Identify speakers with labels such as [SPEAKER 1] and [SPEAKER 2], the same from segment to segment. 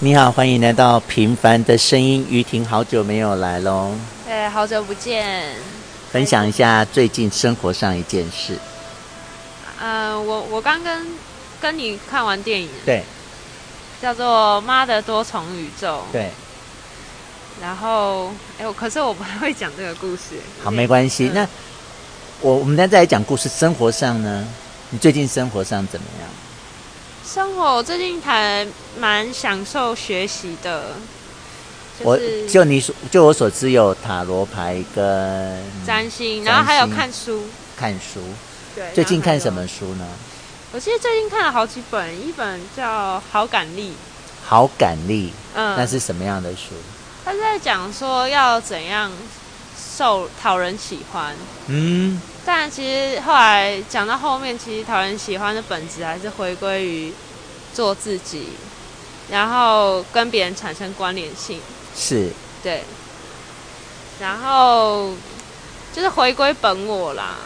[SPEAKER 1] 你好，欢迎来到《平凡的声音》。于婷好久没有来喽，
[SPEAKER 2] 哎，好久不见。
[SPEAKER 1] 分享一下最近生活上一件事。
[SPEAKER 2] 呃，我我刚跟跟你看完电影，
[SPEAKER 1] 对
[SPEAKER 2] 叫做《妈的多重宇宙》。
[SPEAKER 1] 对，
[SPEAKER 2] 然后，哎，我可是我不太会讲这个故事。
[SPEAKER 1] 好，没关系。
[SPEAKER 2] 嗯
[SPEAKER 1] 那我我们再再来讲故事。生活上呢，你最近生活上怎么样？
[SPEAKER 2] 生活我最近还蛮享受学习的，就
[SPEAKER 1] 我
[SPEAKER 2] 是
[SPEAKER 1] 就你所就我所知有塔罗牌跟
[SPEAKER 2] 占星，
[SPEAKER 1] 嗯
[SPEAKER 2] 然后还有
[SPEAKER 1] 占星
[SPEAKER 2] 看书。
[SPEAKER 1] 看书。
[SPEAKER 2] 对，
[SPEAKER 1] 最近看什
[SPEAKER 2] 然后还有？
[SPEAKER 1] 么书呢？
[SPEAKER 2] 我其实最近看了好几本，一本叫《好感力》，
[SPEAKER 1] 好感力，
[SPEAKER 2] 嗯，
[SPEAKER 1] 那是什么样的书？
[SPEAKER 2] 他在讲说要怎样受讨人喜欢。
[SPEAKER 1] 嗯，
[SPEAKER 2] 但其实后来讲到后面，其实讨人喜欢的本质还是回归于做自己，然后跟别人产生关联性，
[SPEAKER 1] 是
[SPEAKER 2] 对，然后就是回归本我啦。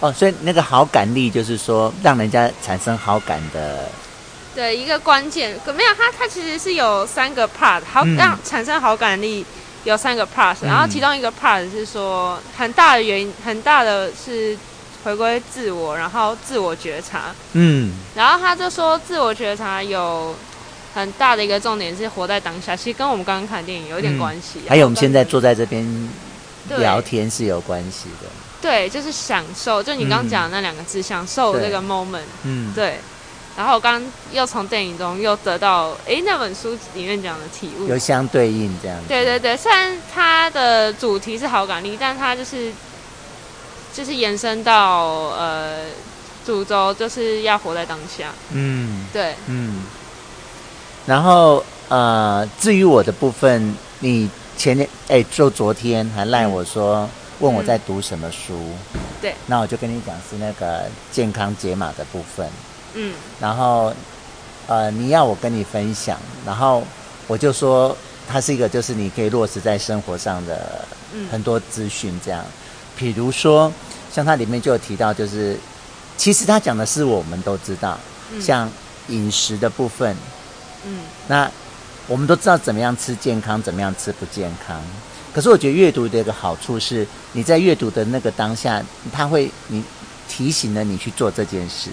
[SPEAKER 1] 哦，所以那个好感力就是说让人家产生好感的
[SPEAKER 2] 对，一个关键，可没有它，它其实是有三个 part，好
[SPEAKER 1] 嗯
[SPEAKER 2] 让产生好感力有三个 part，、然后
[SPEAKER 1] 嗯
[SPEAKER 2] 其中一个 part 是说很大的原因，很大的是回归自我，然后自我觉察，
[SPEAKER 1] 嗯。
[SPEAKER 2] 然后他就说，自我觉察有很大的一个重点是活在当下，其实跟我们刚刚看的电影有一点
[SPEAKER 1] 嗯
[SPEAKER 2] 关系啊、
[SPEAKER 1] 还有我们现在
[SPEAKER 2] 跟
[SPEAKER 1] 坐在这边
[SPEAKER 2] 对
[SPEAKER 1] 聊天是有关系的。
[SPEAKER 2] 对，就是享受，就你刚刚讲的那两个字，享
[SPEAKER 1] 嗯
[SPEAKER 2] 受
[SPEAKER 1] 对
[SPEAKER 2] 这个 moment，
[SPEAKER 1] 嗯，
[SPEAKER 2] 对。然后我刚刚又从电影中又得到，诶，那本书里面讲的体悟
[SPEAKER 1] 有，相对应这样子。
[SPEAKER 2] 对对对，虽然它的主题是好感力，但它就是就是延伸到呃主轴，就是要活在当下，
[SPEAKER 1] 嗯
[SPEAKER 2] 对。
[SPEAKER 1] 嗯。然后呃，至于我的部分，你前天哎，就昨天还赖我说、问我在读什么书。
[SPEAKER 2] 嗯对。
[SPEAKER 1] 那我就跟你讲是那个健康解码的部分，
[SPEAKER 2] 嗯，
[SPEAKER 1] 然后呃，你要我跟你分享，然后我就说它是一个就是你可以落实在生活上的
[SPEAKER 2] 嗯
[SPEAKER 1] 很多资讯这样。比如说，像它里面就有提到，就是其实它讲的是我们都知道，
[SPEAKER 2] 嗯
[SPEAKER 1] 像饮食的部分，
[SPEAKER 2] 嗯
[SPEAKER 1] 那我们都知道怎么样吃健康，怎么样吃不健康。可是我觉得阅读的一个好处是，你在阅读的那个当下，它会你提醒了你去做这件事。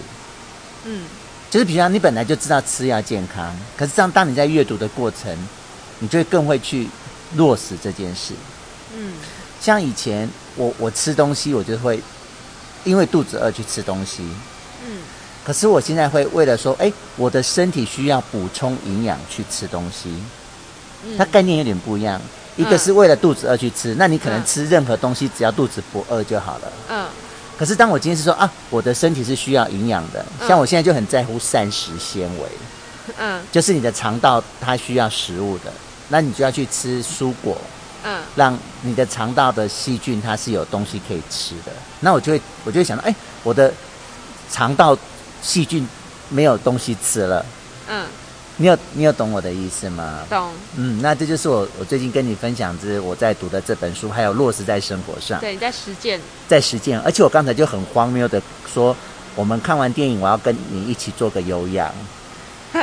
[SPEAKER 2] 嗯
[SPEAKER 1] 就是平常你本来就知道吃要健康，可是当当你在阅读的过程，你就会更会去落实这件事。
[SPEAKER 2] 嗯
[SPEAKER 1] 像以前我我吃东西，我就会因为肚子饿去吃东西。
[SPEAKER 2] 嗯
[SPEAKER 1] 可是我现在会为了说，哎，我的身体需要补充营养去吃东西，
[SPEAKER 2] 嗯，
[SPEAKER 1] 它概念有点不一样。一个是为了肚子饿去吃，那你可能吃任何东西，只要肚子不饿就好了。
[SPEAKER 2] 嗯
[SPEAKER 1] 可是当我今天是说啊，我的身体是需要营养的，
[SPEAKER 2] 嗯
[SPEAKER 1] 像我现在就很在乎膳食纤维，
[SPEAKER 2] 嗯
[SPEAKER 1] 就是你的肠道它需要食物的，那你就要去吃蔬果，
[SPEAKER 2] 嗯
[SPEAKER 1] 让你的肠道的细菌它是有东西可以吃的。那我就会我就会想到，哎、我的肠道细菌没有东西吃了。
[SPEAKER 2] 嗯，
[SPEAKER 1] 你有你有懂我的意思吗？
[SPEAKER 2] 懂。
[SPEAKER 1] 嗯，那这就是我我最近跟你分享之我在读的这本书，还有落实在生活上，
[SPEAKER 2] 对，你在实践。
[SPEAKER 1] 在实践。而且我刚才就很荒谬的说，我们看完电影，我要跟你一起做个有 氧，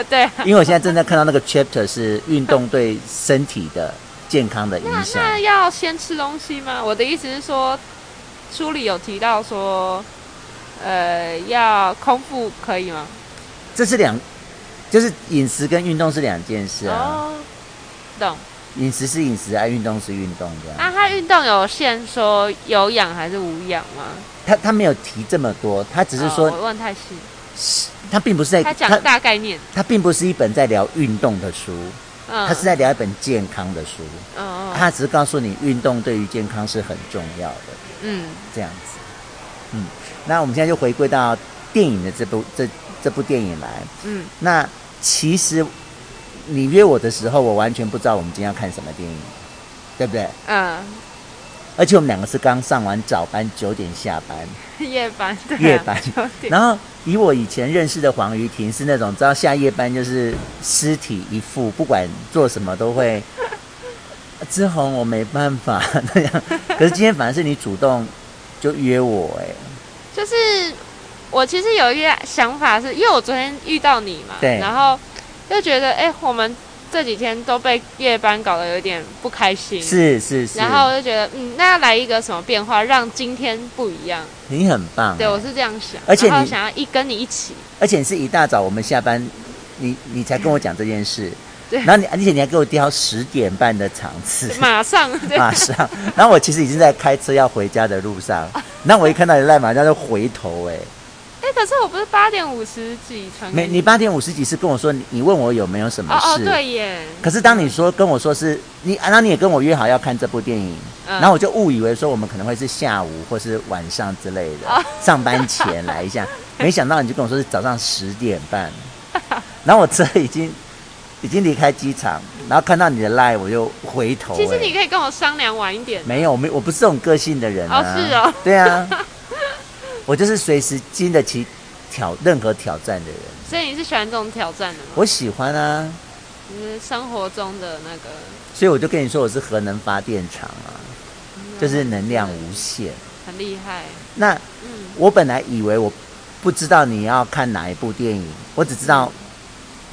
[SPEAKER 2] 对，
[SPEAKER 1] 因为我现在正在看到那个 chapter 是运动对身体的健康的影
[SPEAKER 2] 那
[SPEAKER 1] 响。
[SPEAKER 2] 那要先吃东西吗？我的意思是说，书里有提到说，呃，要空腹可以吗？
[SPEAKER 1] 这是两，就是饮食跟运动是两件事啊。
[SPEAKER 2] 哦，懂。
[SPEAKER 1] 饮食是饮食啊，运动是运动这样。
[SPEAKER 2] 那啊他运动有限说有氧还是无氧吗？
[SPEAKER 1] 他他没有提这么多，他只是说、
[SPEAKER 2] 哦我问太细，
[SPEAKER 1] 他并不是在
[SPEAKER 2] 他讲
[SPEAKER 1] 他
[SPEAKER 2] 大概念。
[SPEAKER 1] 他并不是一本在聊运动的书，
[SPEAKER 2] 嗯，
[SPEAKER 1] 他是在聊一本健康的书。
[SPEAKER 2] 嗯嗯
[SPEAKER 1] 他只是告诉你，运动对于健康是很重要的，
[SPEAKER 2] 嗯
[SPEAKER 1] 这样子。嗯，那我们现在就回归到电影的这部这这部电影来。
[SPEAKER 2] 嗯
[SPEAKER 1] 那其实你约我的时候，我完全不知道我们今天要看什么电影，对不对？
[SPEAKER 2] 嗯
[SPEAKER 1] 而且我们两个是刚上完早班，九点下班。
[SPEAKER 2] 嗯，夜班对啊，
[SPEAKER 1] 夜班
[SPEAKER 2] 九点。
[SPEAKER 1] 然后以我以前认识的黄瑜婷是那种，知道下夜班就是尸体一副，不管做什么都 会。志宏，我没办法那样。 可是今天反而是你主动就约我、哎，
[SPEAKER 2] 就是我其实有一个想法是，因为我昨天遇到你嘛，
[SPEAKER 1] 对
[SPEAKER 2] 然后就觉得哎、诶我们这几天都被夜班搞得有点不开心，
[SPEAKER 1] 是是是，
[SPEAKER 2] 然后我就觉得，嗯，那要来一个什么变化，让今天不一样。
[SPEAKER 1] 你很棒，
[SPEAKER 2] 对，我是这样想，
[SPEAKER 1] 啊而且
[SPEAKER 2] 然后
[SPEAKER 1] 你
[SPEAKER 2] 想要一跟你一起，
[SPEAKER 1] 而且是一大早我们下班，你你才跟我讲这件事，
[SPEAKER 2] 对
[SPEAKER 1] 然后你而且你还给我挑十点半的场 次，
[SPEAKER 2] 马上对，
[SPEAKER 1] 马上，然啊后我其实已经在开车要回家的路 上，那我一看到你赖马上就回头、哎，
[SPEAKER 2] 哎、可是我不是八点五十几传给
[SPEAKER 1] 没，你八点五十几是跟我说你你问我有没有什么
[SPEAKER 2] 嗯哦哦
[SPEAKER 1] 事，
[SPEAKER 2] 对耶，
[SPEAKER 1] 可是当你说跟我说是你，啊那你也跟我约好要看这部电影，
[SPEAKER 2] 嗯
[SPEAKER 1] 然后我就误以为说我们可能会是下午或是晚上之类的，
[SPEAKER 2] 哦
[SPEAKER 1] 上班前来一 下，没想到你就跟我说是早上十点半，然后我车已经已经离开机场，然后看到你的 line 我就回头、
[SPEAKER 2] 呃其实
[SPEAKER 1] 哎
[SPEAKER 2] 你可以跟我商量晚一点，
[SPEAKER 1] 没有，我没我不是这种个性的人啊，
[SPEAKER 2] 哦是哦，
[SPEAKER 1] 对啊， 我就是随时经得起挑任何挑战的人，
[SPEAKER 2] 所以你是喜欢这种挑战的吗？
[SPEAKER 1] 我喜欢啊，
[SPEAKER 2] 就是生活中的那个，
[SPEAKER 1] 所以我就跟你说我是核能发电厂
[SPEAKER 2] 嗯
[SPEAKER 1] 啊。就是能量无限。
[SPEAKER 2] 很厉害，
[SPEAKER 1] 那
[SPEAKER 2] 嗯，
[SPEAKER 1] 我本来以为我不知道你要看哪一部电影，我只知道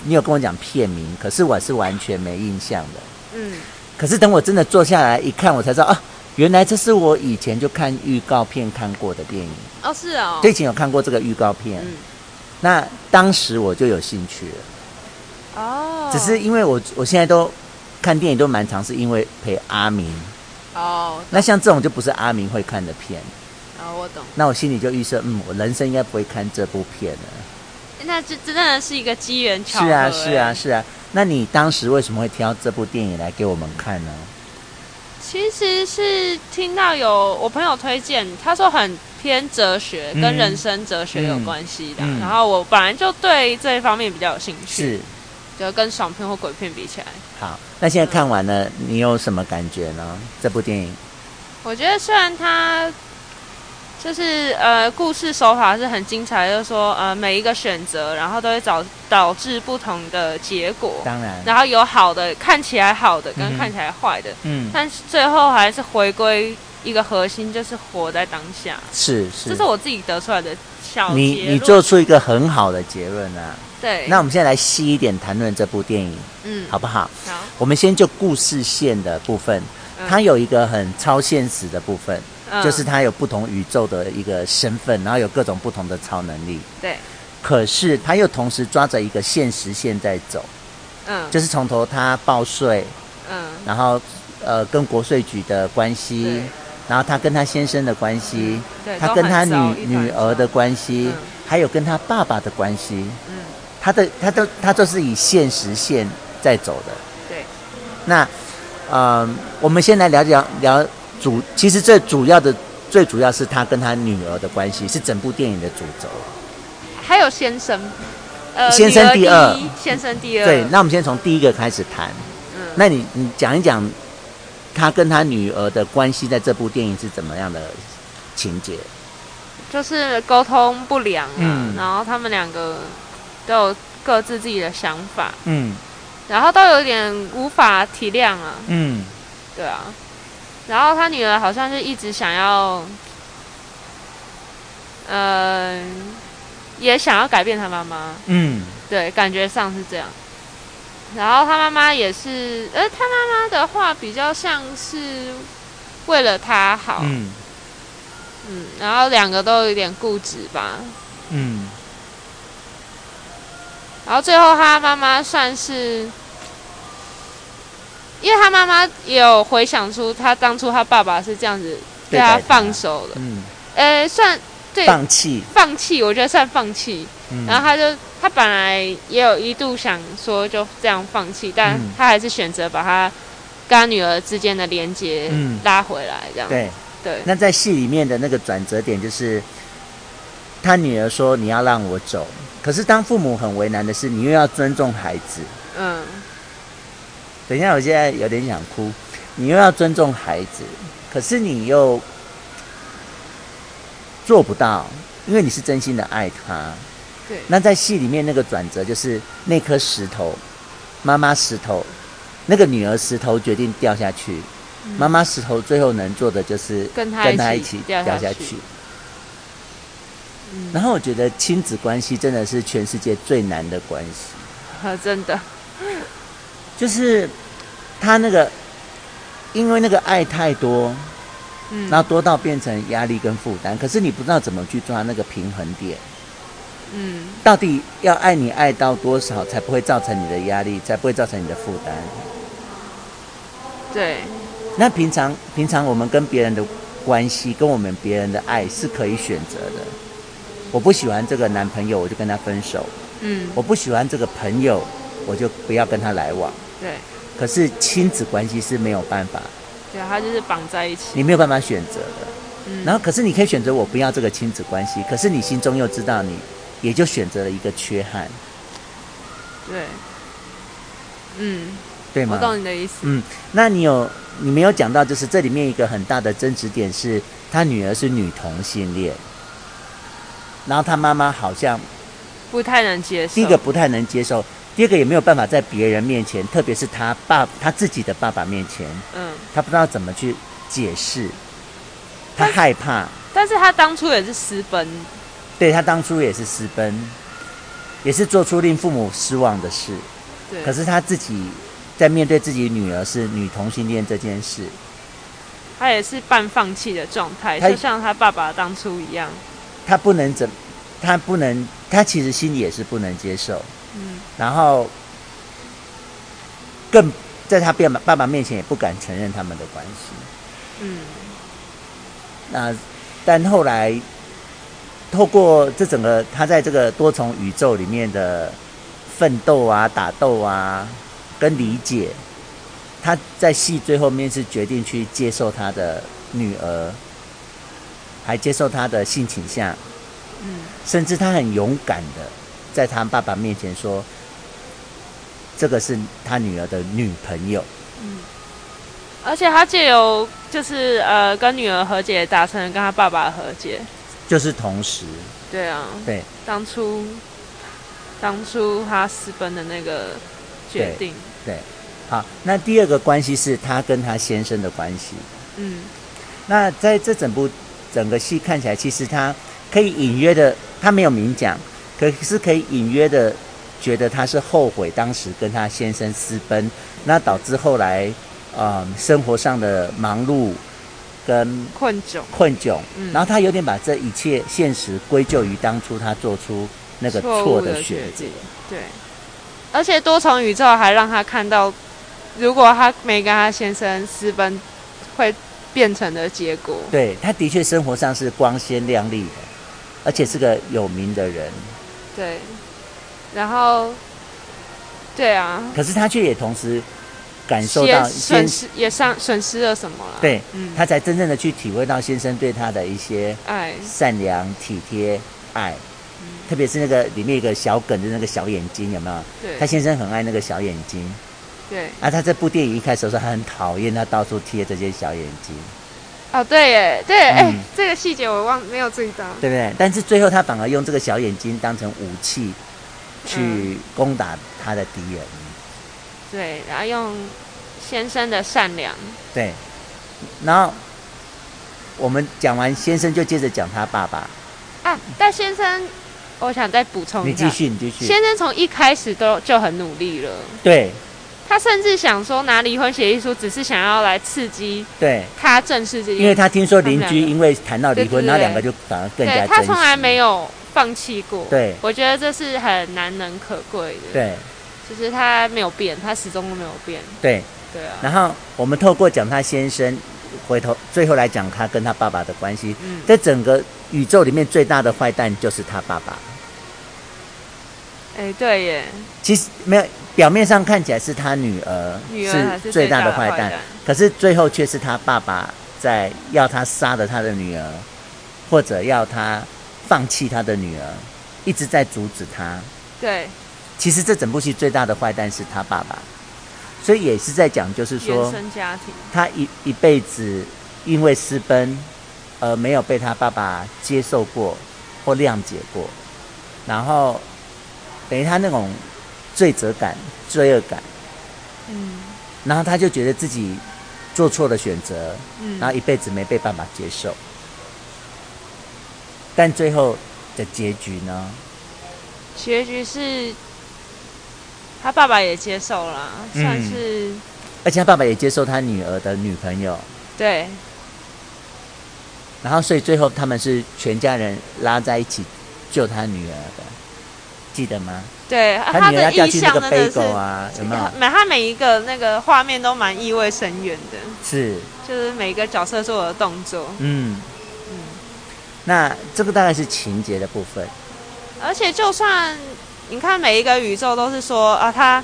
[SPEAKER 1] 你有跟我讲片名，可是我是完全没印象的。
[SPEAKER 2] 嗯，
[SPEAKER 1] 可是等我真的坐下来一看，我才知道啊，原来这是我以前就看预告片看过的电影，
[SPEAKER 2] 哦是哦，
[SPEAKER 1] 就以前有看过这个预告片。
[SPEAKER 2] 嗯
[SPEAKER 1] 那当时我就有兴趣了，
[SPEAKER 2] 哦，
[SPEAKER 1] 只是因为我我现在都看电影都蛮常是因为陪阿明，
[SPEAKER 2] 哦
[SPEAKER 1] 那像这种就不是阿明会看的片。
[SPEAKER 2] 哦我懂，
[SPEAKER 1] 那我心里就预设，嗯，我人生应该不会看这部片了。
[SPEAKER 2] 那这真的是一个机缘巧合，
[SPEAKER 1] 是啊，是啊，
[SPEAKER 2] 哎，
[SPEAKER 1] 是啊。那你当时为什么会挑这部电影来给我们看呢？
[SPEAKER 2] 其实是听到有我朋友推荐，他说很偏哲学，
[SPEAKER 1] 嗯
[SPEAKER 2] 跟人生哲学有关系的。
[SPEAKER 1] 嗯嗯
[SPEAKER 2] 然后我本来就对这一方面比较有兴趣，
[SPEAKER 1] 是，
[SPEAKER 2] 就跟爽片或鬼片比起来，
[SPEAKER 1] 好。那现在看完了，你有什么感觉呢？这部电影，
[SPEAKER 2] 我觉得虽然它就是呃故事手法是很精彩，就是说呃每一个选择，然后都会导导致不同的结果，
[SPEAKER 1] 当然，
[SPEAKER 2] 然后有好的看起来好的
[SPEAKER 1] 嗯
[SPEAKER 2] 跟
[SPEAKER 1] 哼
[SPEAKER 2] 看起来坏的，
[SPEAKER 1] 嗯，
[SPEAKER 2] 但是最后还是回归一个核心，就是活在当下。
[SPEAKER 1] 是
[SPEAKER 2] 这
[SPEAKER 1] 是
[SPEAKER 2] 是。我自己得出来的小结
[SPEAKER 1] 你
[SPEAKER 2] 论
[SPEAKER 1] 你做出一个很好的结论啊！
[SPEAKER 2] 对，
[SPEAKER 1] 那我们现在来细一点谈论这部电影，
[SPEAKER 2] 嗯
[SPEAKER 1] 好不好？
[SPEAKER 2] 好
[SPEAKER 1] 我们先就故事线的部分，
[SPEAKER 2] 嗯
[SPEAKER 1] 它有一个很超现实的部分，
[SPEAKER 2] 嗯
[SPEAKER 1] 就是它有不同宇宙的一个身份，然后有各种不同的超能力。
[SPEAKER 2] 对，
[SPEAKER 1] 可是他又同时抓着一个现实线在走，
[SPEAKER 2] 嗯，
[SPEAKER 1] 就是从头他报税，
[SPEAKER 2] 嗯
[SPEAKER 1] 然后呃跟国税局的关系
[SPEAKER 2] 对，嗯
[SPEAKER 1] 然后他跟他先生的关系，
[SPEAKER 2] 对，
[SPEAKER 1] 他
[SPEAKER 2] 都
[SPEAKER 1] 跟
[SPEAKER 2] 很
[SPEAKER 1] 他
[SPEAKER 2] 糟
[SPEAKER 1] 女
[SPEAKER 2] 一团
[SPEAKER 1] 女儿的
[SPEAKER 2] 糟
[SPEAKER 1] 关系，
[SPEAKER 2] 嗯
[SPEAKER 1] 还有跟他爸爸的关系，
[SPEAKER 2] 嗯
[SPEAKER 1] 他的他都他都是以现实线在走的。
[SPEAKER 2] 对，
[SPEAKER 1] 那呃，我们先来聊聊聊主，其实最主要的最主要是他跟他女儿的关系，是整部电影的主轴。
[SPEAKER 2] 还有先生，呃，
[SPEAKER 1] 先生第
[SPEAKER 2] 女
[SPEAKER 1] 二
[SPEAKER 2] 儿一，先生第二，
[SPEAKER 1] 对，那我们先从第一个开始谈。
[SPEAKER 2] 嗯
[SPEAKER 1] 那你你讲一讲他跟他女儿的关系，在这部电影是怎么样的情节？
[SPEAKER 2] 就是沟通不良啊，
[SPEAKER 1] 嗯
[SPEAKER 2] 然后他们两个都有各自自己的想法，
[SPEAKER 1] 嗯
[SPEAKER 2] 然后都有点无法体谅啊，
[SPEAKER 1] 嗯，
[SPEAKER 2] 对啊，然后他女儿好像是一直想要，呃，也想要改变他妈妈，
[SPEAKER 1] 嗯，
[SPEAKER 2] 对，感觉上是这样。然后他妈妈也是，呃，他妈妈的话比较像是为了他好，嗯
[SPEAKER 1] 嗯
[SPEAKER 2] 然后两个都有点固执吧。
[SPEAKER 1] 嗯
[SPEAKER 2] 然后最后他妈妈算是，因为他妈妈也有回想出他当初他爸爸是这样子对
[SPEAKER 1] 对待
[SPEAKER 2] 他
[SPEAKER 1] 他
[SPEAKER 2] 放手的，
[SPEAKER 1] 嗯，
[SPEAKER 2] 呃，算对
[SPEAKER 1] 放弃。
[SPEAKER 2] 放弃，我觉得算放弃。
[SPEAKER 1] 嗯
[SPEAKER 2] 然后他就他本来也有一度想说就这样放弃，但
[SPEAKER 1] 嗯
[SPEAKER 2] 他还是选择把他跟他女儿之间的连接
[SPEAKER 1] 嗯
[SPEAKER 2] 拉回来，这样、
[SPEAKER 1] 对，
[SPEAKER 2] 对
[SPEAKER 1] 那在戏里面的那个转折点就是，他女儿说你要让我走，可是当父母很为难的是，你又要尊重孩子。
[SPEAKER 2] 嗯
[SPEAKER 1] 等一下，我现在有点想哭。你又要尊重孩子，可是你又做不到，因为你是真心的爱他。
[SPEAKER 2] 对
[SPEAKER 1] 那在戏里面那个转折，就是那颗石头，妈妈石头，那个女儿石头决定掉下去。妈妈石头最后能做的就是
[SPEAKER 2] 嗯跟他
[SPEAKER 1] 一
[SPEAKER 2] 一
[SPEAKER 1] 起
[SPEAKER 2] 起
[SPEAKER 1] 掉
[SPEAKER 2] 掉下
[SPEAKER 1] 下
[SPEAKER 2] 去
[SPEAKER 1] 去。
[SPEAKER 2] 嗯
[SPEAKER 1] 然后我觉得亲子关系真的是全世界最难的关系，
[SPEAKER 2] 呃，真的
[SPEAKER 1] 就是他那个，因为那个爱太多，
[SPEAKER 2] 嗯，
[SPEAKER 1] 那多到变成压力跟负担，可是你不知道怎么去抓那个平衡点，
[SPEAKER 2] 嗯
[SPEAKER 1] 到底要爱你爱到多少才不会造成你的压力，才不会造成你的负担。
[SPEAKER 2] 对，
[SPEAKER 1] 那平常平常我们跟别人的关系，跟我们别人的爱是可以选择的。我不喜欢这个男朋友，我就跟他分手；
[SPEAKER 2] 嗯
[SPEAKER 1] 我不喜欢这个朋友，我就不要跟他来往。
[SPEAKER 2] 对，
[SPEAKER 1] 可是亲子关系是没有办法，
[SPEAKER 2] 对，它就是绑在一起。
[SPEAKER 1] 你没有办法选择的。
[SPEAKER 2] 嗯，
[SPEAKER 1] 然后，可是你可以选择我不要这个亲子关系，可是你心中又知道你也就选择了一个缺憾，
[SPEAKER 2] 对，嗯，
[SPEAKER 1] 对
[SPEAKER 2] 我
[SPEAKER 1] 吗？
[SPEAKER 2] 懂你的意思。
[SPEAKER 1] 嗯那你有你没有讲到，就是这里面一个很大的争执点是，他女儿是女同性恋，然后他妈妈好像
[SPEAKER 2] 不太能接受。
[SPEAKER 1] 第一个不太能接受，第二个也没有办法在别人面前，特别是他爸他自己的爸爸面前，
[SPEAKER 2] 嗯，
[SPEAKER 1] 他不知道怎么去解释，他害怕，
[SPEAKER 2] 但是他当初也是私奔，
[SPEAKER 1] 对他当初也是私奔，也是做出令父母失望的事，
[SPEAKER 2] 对，
[SPEAKER 1] 可是他自己在面对自己女儿是女同性恋这件事，
[SPEAKER 2] 他也是半放弃的状态，
[SPEAKER 1] 他
[SPEAKER 2] 就像他爸爸当初一样。
[SPEAKER 1] 他不能怎，他不能，他其实心里也是不能接受，
[SPEAKER 2] 嗯，
[SPEAKER 1] 然后更在他爸爸爸爸面前也不敢承认他们的关系。
[SPEAKER 2] 嗯，
[SPEAKER 1] 那但后来透过这整个他在这个多重宇宙里面的奋斗啊、打斗啊跟理解，他在戏最后面是决定去接受他的女儿，还接受他的性倾向。
[SPEAKER 2] 嗯，
[SPEAKER 1] 甚至他很勇敢的在他爸爸面前说，这个是他女儿的女朋友。
[SPEAKER 2] 而且他借由就是呃跟女儿和解，达成了跟他爸爸的和解。
[SPEAKER 1] 就是同时，
[SPEAKER 2] 对啊，
[SPEAKER 1] 对
[SPEAKER 2] 当初当初他私奔的那个决定，
[SPEAKER 1] 好，那第二个关系是他跟他先生的关系。
[SPEAKER 2] 嗯
[SPEAKER 1] 那在这整部整个戏看起来，其实他可以隐约的，他没有明讲，可是可以隐约的觉得他是后悔当时跟他先生私奔，那导致后来，呃，生活上的忙碌跟
[SPEAKER 2] 困窘，
[SPEAKER 1] 困窘，
[SPEAKER 2] 嗯
[SPEAKER 1] 然后他有点把这一切现实归咎于当初他做出那个
[SPEAKER 2] 错
[SPEAKER 1] 错
[SPEAKER 2] 误的
[SPEAKER 1] 选
[SPEAKER 2] 决
[SPEAKER 1] 择
[SPEAKER 2] 定。对，而且多重宇宙还让他看到，如果他没跟他先生私奔，会变成的结果。
[SPEAKER 1] 对，他的确生活上是光鲜亮丽的，而且是个有名的人，
[SPEAKER 2] 对，然后，对啊，
[SPEAKER 1] 可是他却也同时感受
[SPEAKER 2] 也
[SPEAKER 1] 到先
[SPEAKER 2] 损失也上损失了什么了？，
[SPEAKER 1] 对，
[SPEAKER 2] 嗯，
[SPEAKER 1] 他才真正的去体会到先生对他的一些
[SPEAKER 2] 哎，
[SPEAKER 1] 善良、体贴、爱，
[SPEAKER 2] 嗯
[SPEAKER 1] 特别是那个里面有一个小梗的那个小眼睛，有没有？他
[SPEAKER 2] 对，
[SPEAKER 1] 先生很爱那个小眼睛，
[SPEAKER 2] 对，
[SPEAKER 1] 啊，他这部电影一开始的时候，他很讨厌他到处贴这些小眼睛。
[SPEAKER 2] 哦，对耶，对，
[SPEAKER 1] 嗯
[SPEAKER 2] 哎、这个细节我忘没有注意到。
[SPEAKER 1] 对不对？但是最后他反而用这个小眼睛当成武器，去
[SPEAKER 2] 嗯
[SPEAKER 1] 攻打他的敌人。
[SPEAKER 2] 对，然后用先生的善良，
[SPEAKER 1] 对，然后我们讲完先生，就接着讲他爸爸。
[SPEAKER 2] 啊，但先生，我想再补充
[SPEAKER 1] 你
[SPEAKER 2] 一下
[SPEAKER 1] 继，续，你继续。
[SPEAKER 2] 哦先生从一开始都就很努力了，
[SPEAKER 1] 对
[SPEAKER 2] 他甚至想说拿离婚协议书，只是想要来刺激
[SPEAKER 1] 对，
[SPEAKER 2] 他正视这件事，
[SPEAKER 1] 因为他听说邻
[SPEAKER 2] 他们
[SPEAKER 1] 居
[SPEAKER 2] 两个
[SPEAKER 1] 因为谈到离婚，
[SPEAKER 2] 对对对
[SPEAKER 1] 那两个就反而更加
[SPEAKER 2] 对
[SPEAKER 1] 珍惜。
[SPEAKER 2] 他从来没有放弃过。
[SPEAKER 1] 对
[SPEAKER 2] 我觉得这是很难能可贵的。，
[SPEAKER 1] 对
[SPEAKER 2] 就是他没有变，他始终都没有变。
[SPEAKER 1] 对。
[SPEAKER 2] 对啊，
[SPEAKER 1] 然后我们透过讲他先生，回头最后来讲他跟他爸爸的关系。
[SPEAKER 2] 嗯，
[SPEAKER 1] 在整个宇宙里面最大的坏蛋就是他爸爸。
[SPEAKER 2] 哎、对耶，
[SPEAKER 1] 其实没有，表面上看起来是他女儿
[SPEAKER 2] 女儿还是
[SPEAKER 1] 最
[SPEAKER 2] 大
[SPEAKER 1] 大的
[SPEAKER 2] 坏
[SPEAKER 1] 坏蛋，，可是最后却是他爸爸在要他杀了他的女儿，或者要他放弃他的女儿，一直在阻止他。
[SPEAKER 2] 对，
[SPEAKER 1] 其实这整部戏最大的坏蛋是他爸爸，所以也是在讲，就是
[SPEAKER 2] 原
[SPEAKER 1] 说
[SPEAKER 2] 生家庭，
[SPEAKER 1] 他一一辈子因为私奔而没有被他爸爸接受过或谅解过，然后等于他那种罪责感、罪恶感，
[SPEAKER 2] 嗯
[SPEAKER 1] 然后他就觉得自己做错了选择，然后
[SPEAKER 2] 嗯，
[SPEAKER 1] 一辈子没被爸爸接受。但最后的结局呢？
[SPEAKER 2] 结局是他爸爸也接受了，
[SPEAKER 1] 嗯
[SPEAKER 2] 算是、
[SPEAKER 1] 而且他爸爸也接受他女儿的女朋友，
[SPEAKER 2] 对
[SPEAKER 1] 然后所以最后他们是全家人拉在一起救他女儿的，记得吗？
[SPEAKER 2] 对，啊
[SPEAKER 1] 他女儿要
[SPEAKER 2] 的
[SPEAKER 1] 掉
[SPEAKER 2] 意
[SPEAKER 1] 进那
[SPEAKER 2] 象
[SPEAKER 1] 个
[SPEAKER 2] 真的
[SPEAKER 1] 杯
[SPEAKER 2] 是
[SPEAKER 1] 狗，啊，有没有？
[SPEAKER 2] 每他每一个那个画面都蛮意味深远的，
[SPEAKER 1] 是，
[SPEAKER 2] 就是每一个角色做的动作，
[SPEAKER 1] 嗯，那这个大概是情节的部分，
[SPEAKER 2] 而且就算你看每一个宇宙都是说啊，他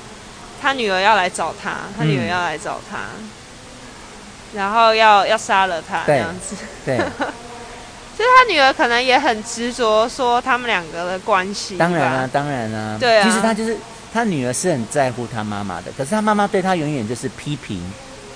[SPEAKER 2] 他女儿要来找他，他女儿
[SPEAKER 1] 嗯
[SPEAKER 2] 要来找他，然后要要杀了他这
[SPEAKER 1] 对
[SPEAKER 2] 样子。
[SPEAKER 1] 对，
[SPEAKER 2] 就是他女儿可能也很执着，说他们两个的关系。
[SPEAKER 1] 当然啊，，当然啊，
[SPEAKER 2] 对啊
[SPEAKER 1] 其实他就是他女儿是很在乎他妈妈的，可是他妈妈对他永远就是批评，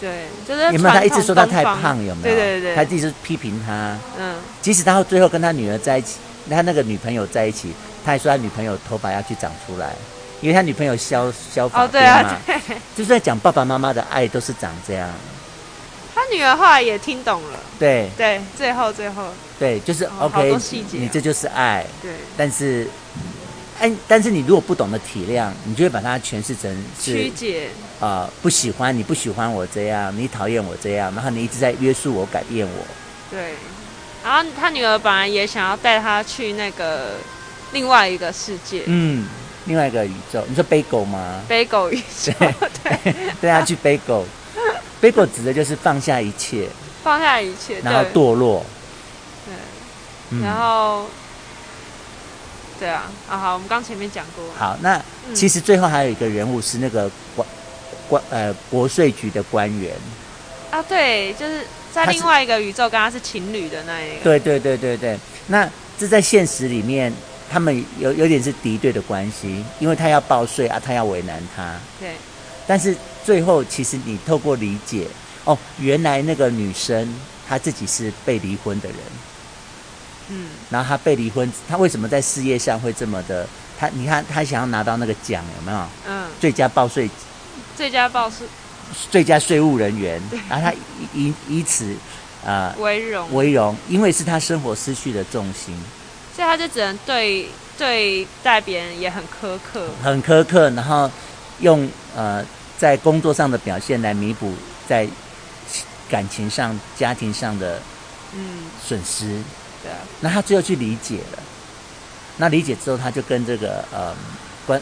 [SPEAKER 2] 对，就是
[SPEAKER 1] 有没有？他一直说他太
[SPEAKER 2] 传统东方
[SPEAKER 1] 胖，有没有？
[SPEAKER 2] 对对对，
[SPEAKER 1] 他一直批评他，
[SPEAKER 2] 嗯，
[SPEAKER 1] 即使他最后跟他女儿在一起，他那个女朋友在一起，他还说他女朋友头发要去长出来，因为他女朋友削削发
[SPEAKER 2] 哦对
[SPEAKER 1] 辫嘛，
[SPEAKER 2] 啊，对，
[SPEAKER 1] 就是在讲爸爸妈妈的爱都是长这样，
[SPEAKER 2] 他女儿后来也听懂了，
[SPEAKER 1] 对
[SPEAKER 2] 对，最后最后
[SPEAKER 1] 对，就是、
[SPEAKER 2] 哦好
[SPEAKER 1] OK，
[SPEAKER 2] 多细节啊
[SPEAKER 1] 你这就是爱，
[SPEAKER 2] 对
[SPEAKER 1] 但是。哎，但是你如果不懂得体谅，你就会把它诠释成
[SPEAKER 2] 曲
[SPEAKER 1] 是
[SPEAKER 2] 解，
[SPEAKER 1] 啊、呃不喜欢你不喜欢我这样，你讨厌我这样，然后你一直在约束我、改变我。
[SPEAKER 2] 对。然后他女儿本来也想要带他去那个另外一个世界，
[SPEAKER 1] 嗯，另外一个宇宙，你说背狗 吗？
[SPEAKER 2] 背狗宇宙，对，
[SPEAKER 1] 对啊，去背狗，背狗指的就是放下一切，
[SPEAKER 2] 放下一 切，
[SPEAKER 1] 然后
[SPEAKER 2] 对，
[SPEAKER 1] 堕落。
[SPEAKER 2] 对
[SPEAKER 1] 嗯
[SPEAKER 2] 然后，对啊，啊好，我们刚前面讲过，
[SPEAKER 1] 好，那
[SPEAKER 2] 嗯
[SPEAKER 1] 其实最后还有一个人物是那个官官呃国税局的官员，
[SPEAKER 2] 啊，对，就是在
[SPEAKER 1] 他是
[SPEAKER 2] 另外一个宇宙跟他是情侣的那一个。
[SPEAKER 1] 对对对对对。那这在现实里面，他们有有点是敌对的关系，因为他要报税啊，他要为难他。
[SPEAKER 2] 对
[SPEAKER 1] 但是最后，其实你透过理解，哦，原来那个女生她自己是被离婚的人，
[SPEAKER 2] 嗯，
[SPEAKER 1] 然后她被离婚，她为什么在事业上会这么的？她你看，她想要拿到那个奖，有没有？
[SPEAKER 2] 嗯，
[SPEAKER 1] 最佳报税、
[SPEAKER 2] 最佳报是
[SPEAKER 1] 最佳税务人员，然后她以以以此啊、
[SPEAKER 2] 为荣，
[SPEAKER 1] 呃、为荣，因为是她生活失去了重心，
[SPEAKER 2] 所以他就只能对对待别人也很苛刻。
[SPEAKER 1] 很苛刻，然后用呃在工作上的表现来弥补在感情上、家庭上的
[SPEAKER 2] 嗯，
[SPEAKER 1] 损失。
[SPEAKER 2] 对啊，
[SPEAKER 1] 那他最后去理解了，那理解之后，他就跟这个呃关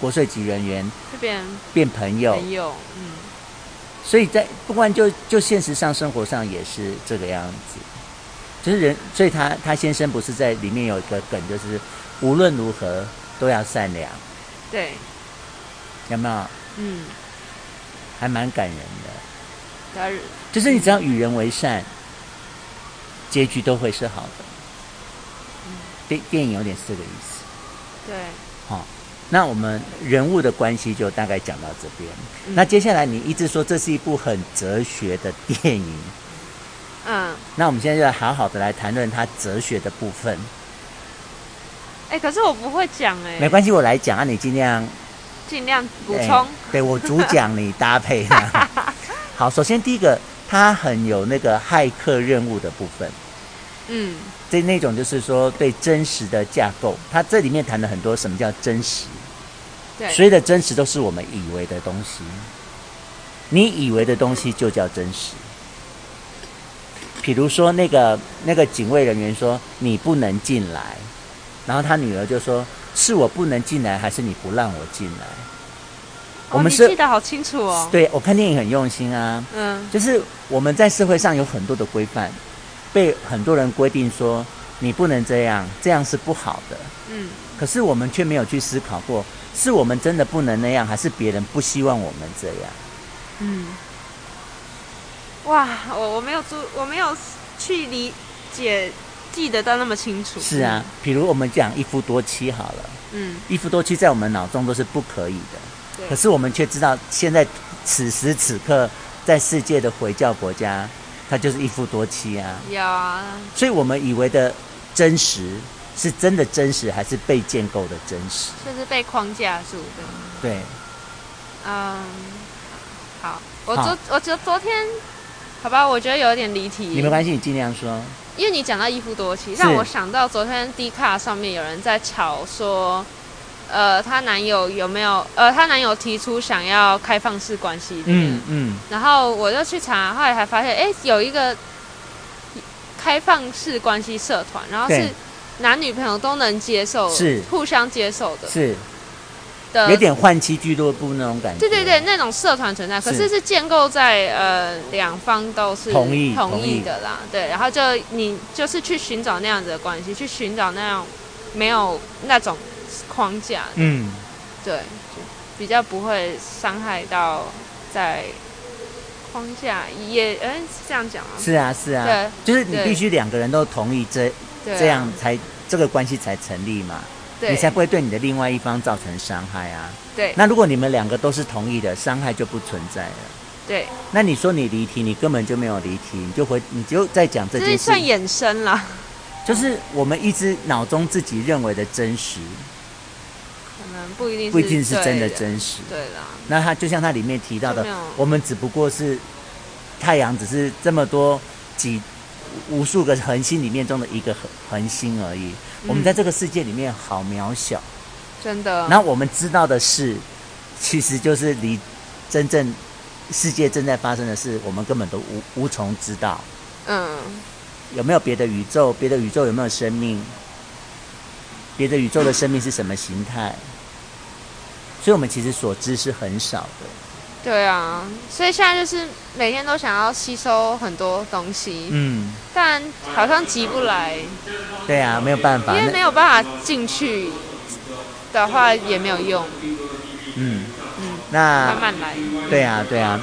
[SPEAKER 1] 国税局人员
[SPEAKER 2] 就变成
[SPEAKER 1] 变朋友，
[SPEAKER 2] 朋友。嗯，
[SPEAKER 1] 所以在不管就就现实上生活上也是这个样子，就是人，所以他他先生不是在里面有一个梗，就是无论如何都要善良，
[SPEAKER 2] 对，
[SPEAKER 1] 有没有？
[SPEAKER 2] 嗯，
[SPEAKER 1] 还蛮感人的，
[SPEAKER 2] 他是
[SPEAKER 1] 就是你只要与人为善，结局都会是好的。电电影有点是这个意思。
[SPEAKER 2] 对，
[SPEAKER 1] 那我们人物的关系就大概讲到这边。
[SPEAKER 2] 嗯
[SPEAKER 1] 那接下来你一直说这是一部很哲学的电影，
[SPEAKER 2] 嗯，
[SPEAKER 1] 那我们现在就来好好的来谈论它哲学的部分。
[SPEAKER 2] 哎、可是我不会讲哎、
[SPEAKER 1] 没关系，我来讲啊，你尽量
[SPEAKER 2] 尽量补
[SPEAKER 1] 哎
[SPEAKER 2] 充。
[SPEAKER 1] 对我主讲，你搭配、 啊。好，首先第一个，它很有那个骇客任务的部分，
[SPEAKER 2] 嗯，
[SPEAKER 1] 这那种就是说对真实的架构，它这里面谈了很多什么叫真实，
[SPEAKER 2] 对，
[SPEAKER 1] 所有的真实都是我们以为的东西，你以为的东西就叫真实。比如说那个那个警卫人员说你不能进来，然后他女儿就说是我不能进来，还是你不让我进来？我
[SPEAKER 2] 哦、
[SPEAKER 1] 们
[SPEAKER 2] 你
[SPEAKER 1] 是
[SPEAKER 2] 记得好清楚哦。
[SPEAKER 1] 对我看电影很用心啊，
[SPEAKER 2] 嗯，
[SPEAKER 1] 就是我们在社会上有很多的规范，被很多人规定说你不能这样，这样是不好的。
[SPEAKER 2] 嗯，
[SPEAKER 1] 可是我们却没有去思考过，是我们真的不能那样，还是别人不希望我们这样？
[SPEAKER 2] 嗯，哇，我我没有注，我没有去理解记得到那么清楚。
[SPEAKER 1] 是啊，比如我们讲一夫多妻好了，
[SPEAKER 2] 嗯，
[SPEAKER 1] 一夫多妻在我们脑中都是不可以的，
[SPEAKER 2] 对，
[SPEAKER 1] 可是我们却知道，现在此时此刻在世界的回教国家，它就是一夫多妻啊。
[SPEAKER 2] 有啊，
[SPEAKER 1] 所以我们以为的真实，是真的真实，还是被建构的真实？
[SPEAKER 2] 就是被框架住的。
[SPEAKER 1] 对，
[SPEAKER 2] 嗯，好，我
[SPEAKER 1] 好
[SPEAKER 2] 昨我昨昨天，好吧，我觉得有点离题，
[SPEAKER 1] 你没关系，你尽量说。
[SPEAKER 2] 因为你讲到一夫多妻，
[SPEAKER 1] 是
[SPEAKER 2] 让我想到昨天 D 卡上面有人在吵说，呃，她男友有没有呃，她男友提出想要开放式关系，
[SPEAKER 1] 嗯，嗯，
[SPEAKER 2] 然后我就去查，后来还发现，哎，有一个开放式关系社团，然后是
[SPEAKER 1] 对
[SPEAKER 2] 男女朋友都能接受，
[SPEAKER 1] 是
[SPEAKER 2] 互相接受的，
[SPEAKER 1] 是
[SPEAKER 2] 的
[SPEAKER 1] 有点换妻俱乐部那种感觉。
[SPEAKER 2] 呃对对对，，那种社团存在，可是
[SPEAKER 1] 是
[SPEAKER 2] 是建构在呃两方都是
[SPEAKER 1] 同意
[SPEAKER 2] 同
[SPEAKER 1] 同意
[SPEAKER 2] 的啦，对，然后就你就是去寻找那样子的关系，去寻找那样没有那种框架，
[SPEAKER 1] 嗯，
[SPEAKER 2] 对，就比较不会伤害到在框架，也嗯、是这样讲啊，
[SPEAKER 1] 是啊是啊，
[SPEAKER 2] 对
[SPEAKER 1] 就是你
[SPEAKER 2] 对
[SPEAKER 1] 必须两个人都同意这
[SPEAKER 2] 对啊，
[SPEAKER 1] 这样才这个关系才成立嘛，
[SPEAKER 2] 对
[SPEAKER 1] 你才不会对你的另外一方造成伤害啊。
[SPEAKER 2] 对
[SPEAKER 1] 那如果你们两个都是同意的，伤害就不存在了。
[SPEAKER 2] 对，
[SPEAKER 1] 那你说你离题，你根本就没有离题，你就回你就在讲这
[SPEAKER 2] 这
[SPEAKER 1] 件
[SPEAKER 2] 是
[SPEAKER 1] 事
[SPEAKER 2] 算，衍生啦，
[SPEAKER 1] 就是我们一直脑中自己认为的真实，
[SPEAKER 2] 可能不一定
[SPEAKER 1] 不一定是真的
[SPEAKER 2] 对
[SPEAKER 1] 真实。
[SPEAKER 2] 对啦，
[SPEAKER 1] 那它就像它里面提到的
[SPEAKER 2] 就没有，
[SPEAKER 1] 我们只不过是太阳，只是这么多几无数个恒星里面中的一个恒恒星而已。
[SPEAKER 2] 嗯
[SPEAKER 1] 我们在这个世界里面好渺小。
[SPEAKER 2] 真的，
[SPEAKER 1] 那我们知道的事，其实就是离真正世界正在发生的事，我们根本都无无从知道。
[SPEAKER 2] 嗯，
[SPEAKER 1] 有没有别的宇宙？别的宇宙有没有生命？别的宇宙的生命是什么形态？所以，我们其实所知是很少的。
[SPEAKER 2] 对啊，所以现在就是每天都想要吸收很多东西，
[SPEAKER 1] 嗯，
[SPEAKER 2] 但好像急不来，
[SPEAKER 1] 对啊，没有办法。
[SPEAKER 2] 因为
[SPEAKER 1] 那
[SPEAKER 2] 没有办法进去的话也没有用，
[SPEAKER 1] 嗯
[SPEAKER 2] 嗯，
[SPEAKER 1] 那
[SPEAKER 2] 慢慢来。
[SPEAKER 1] 对啊，对啊。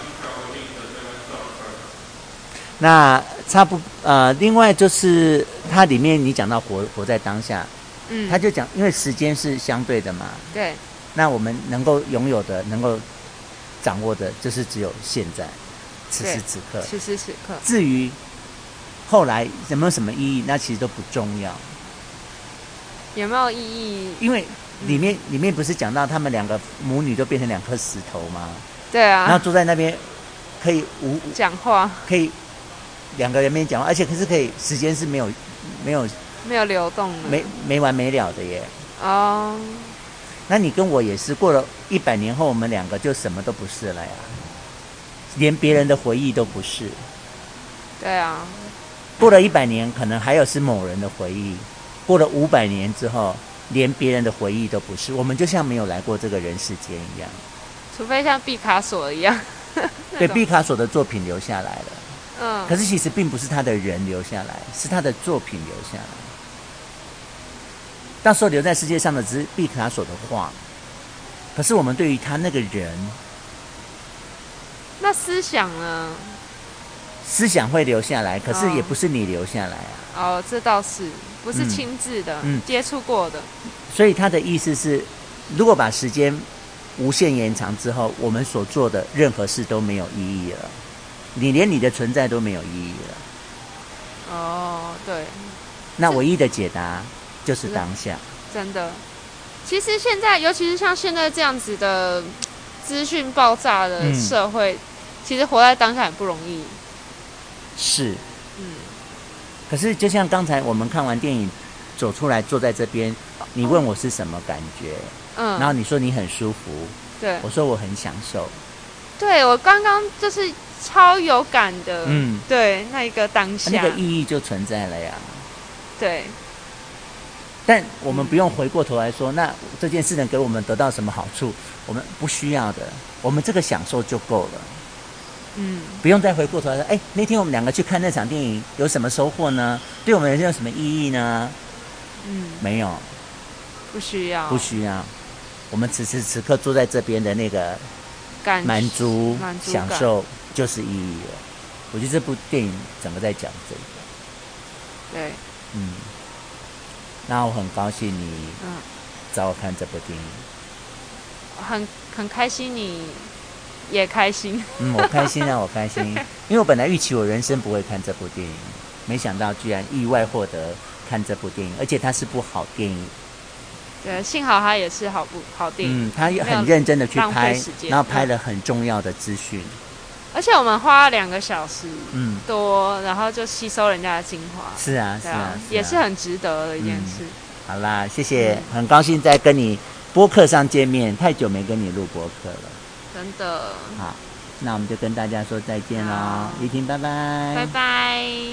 [SPEAKER 1] 那差不呃，另外就是它里面你讲到活活在当下，
[SPEAKER 2] 嗯，
[SPEAKER 1] 他就讲，因为时间是相对的嘛，
[SPEAKER 2] 对
[SPEAKER 1] 那我们能够拥有的、能够掌握的，就是只有现在，此时
[SPEAKER 2] 对
[SPEAKER 1] 此刻。
[SPEAKER 2] 此时此刻，
[SPEAKER 1] 至于后来有没有什么意义，那其实都不重要，
[SPEAKER 2] 有没有意义？
[SPEAKER 1] 因为里面里面不是讲到他们两个母女就变成两颗石头吗？
[SPEAKER 2] 对
[SPEAKER 1] 然后
[SPEAKER 2] 啊，
[SPEAKER 1] 坐在那边可以无
[SPEAKER 2] 讲话
[SPEAKER 1] 可以两个人面讲话，而且可是可以时间是没有没有
[SPEAKER 2] 没有流动了，
[SPEAKER 1] 没没完没了的耶。
[SPEAKER 2] 哦，
[SPEAKER 1] 那你跟我也是，过了一百年后，我们两个就什么都不是了呀，连别人的回忆都不是。
[SPEAKER 2] 对啊，
[SPEAKER 1] 过了一百年，可能还有是某人的回忆；过了五百年之后，连别人的回忆都不是。我们就像没有来过这个人世间一样，
[SPEAKER 2] 除非像毕卡索一样，那
[SPEAKER 1] 对
[SPEAKER 2] 种
[SPEAKER 1] 毕卡索的作品留下来了。
[SPEAKER 2] 嗯
[SPEAKER 1] 可，是其实并不是他的人留下来，是他的作品留下来。到时候留在世界上的只是毕卡索的画，可是我们对于他那个人
[SPEAKER 2] 那思想呢？
[SPEAKER 1] 思想会留下来，可是
[SPEAKER 2] 哦
[SPEAKER 1] 也不是你留下来啊。
[SPEAKER 2] 哦，这倒是不是
[SPEAKER 1] 嗯
[SPEAKER 2] 亲自的
[SPEAKER 1] 嗯
[SPEAKER 2] 接触过的，
[SPEAKER 1] 所以他的意思是，如果把时间无限延长之后，我们所做的任何事都没有意义了，你连你的存在都没有意义了。
[SPEAKER 2] 哦，对。
[SPEAKER 1] 那唯一的解答就是当下。
[SPEAKER 2] 真的。其实现在，尤其是像现在这样子的资讯爆炸的
[SPEAKER 1] 嗯
[SPEAKER 2] 社会，其实活在当下很不容易。
[SPEAKER 1] 是，
[SPEAKER 2] 嗯，
[SPEAKER 1] 可是就像刚才我们看完电影走出来坐在这边，你问我是什么感觉，然后
[SPEAKER 2] 嗯，
[SPEAKER 1] 你说你很舒服，
[SPEAKER 2] 对
[SPEAKER 1] 我，说我很享受，
[SPEAKER 2] 对我刚刚就是超有感的，
[SPEAKER 1] 嗯，
[SPEAKER 2] 对，那一个当下，
[SPEAKER 1] 那个意义就存在了呀。
[SPEAKER 2] 对，
[SPEAKER 1] 但我们不用回过头来说，那这件事能给我们得到什么好处？我们不需要的，我们这个享受就够了，
[SPEAKER 2] 嗯，
[SPEAKER 1] 不用再回过头来说，哎，那天我们两个去看那场电影有什么收获呢？对我们人生有什么意义呢？
[SPEAKER 2] 嗯，
[SPEAKER 1] 没有，
[SPEAKER 2] 不需要，
[SPEAKER 1] 不需要。我们此时此刻坐在这边的那个
[SPEAKER 2] 感
[SPEAKER 1] 满足、
[SPEAKER 2] 满足
[SPEAKER 1] 享
[SPEAKER 2] 感
[SPEAKER 1] 受就是意义了。我觉得这部电影整个在讲这个，
[SPEAKER 2] 对，
[SPEAKER 1] 嗯。那我很高兴你
[SPEAKER 2] 嗯
[SPEAKER 1] 找我看这部电影，
[SPEAKER 2] 很很开心，你也开心，
[SPEAKER 1] 嗯，我开心 啊，我开心，因为我本来预期我人生不会看这部电影，没想到居然意外获得看这部电影，而且它是部好电影，
[SPEAKER 2] 对，幸好它也是好不好电影，
[SPEAKER 1] 嗯，他
[SPEAKER 2] 没有
[SPEAKER 1] 很认真的去
[SPEAKER 2] 浪费
[SPEAKER 1] 拍
[SPEAKER 2] 时，间嗯
[SPEAKER 1] 然后拍了很重要的资讯，
[SPEAKER 2] 而且我们花了两个小时，
[SPEAKER 1] 嗯，
[SPEAKER 2] 多，然后就吸收人家的精华，
[SPEAKER 1] 是啊，是
[SPEAKER 2] 对
[SPEAKER 1] 啊嗯
[SPEAKER 2] 啊，，
[SPEAKER 1] 啊
[SPEAKER 2] 也是很值得的一件事。
[SPEAKER 1] 好啦，谢谢，很高兴再跟你播客上见面，太久没跟你录播客了。
[SPEAKER 2] 真的，
[SPEAKER 1] 好，那我们就跟大家说再见喽
[SPEAKER 2] 好，
[SPEAKER 1] 怡婷，拜拜
[SPEAKER 2] 拜拜。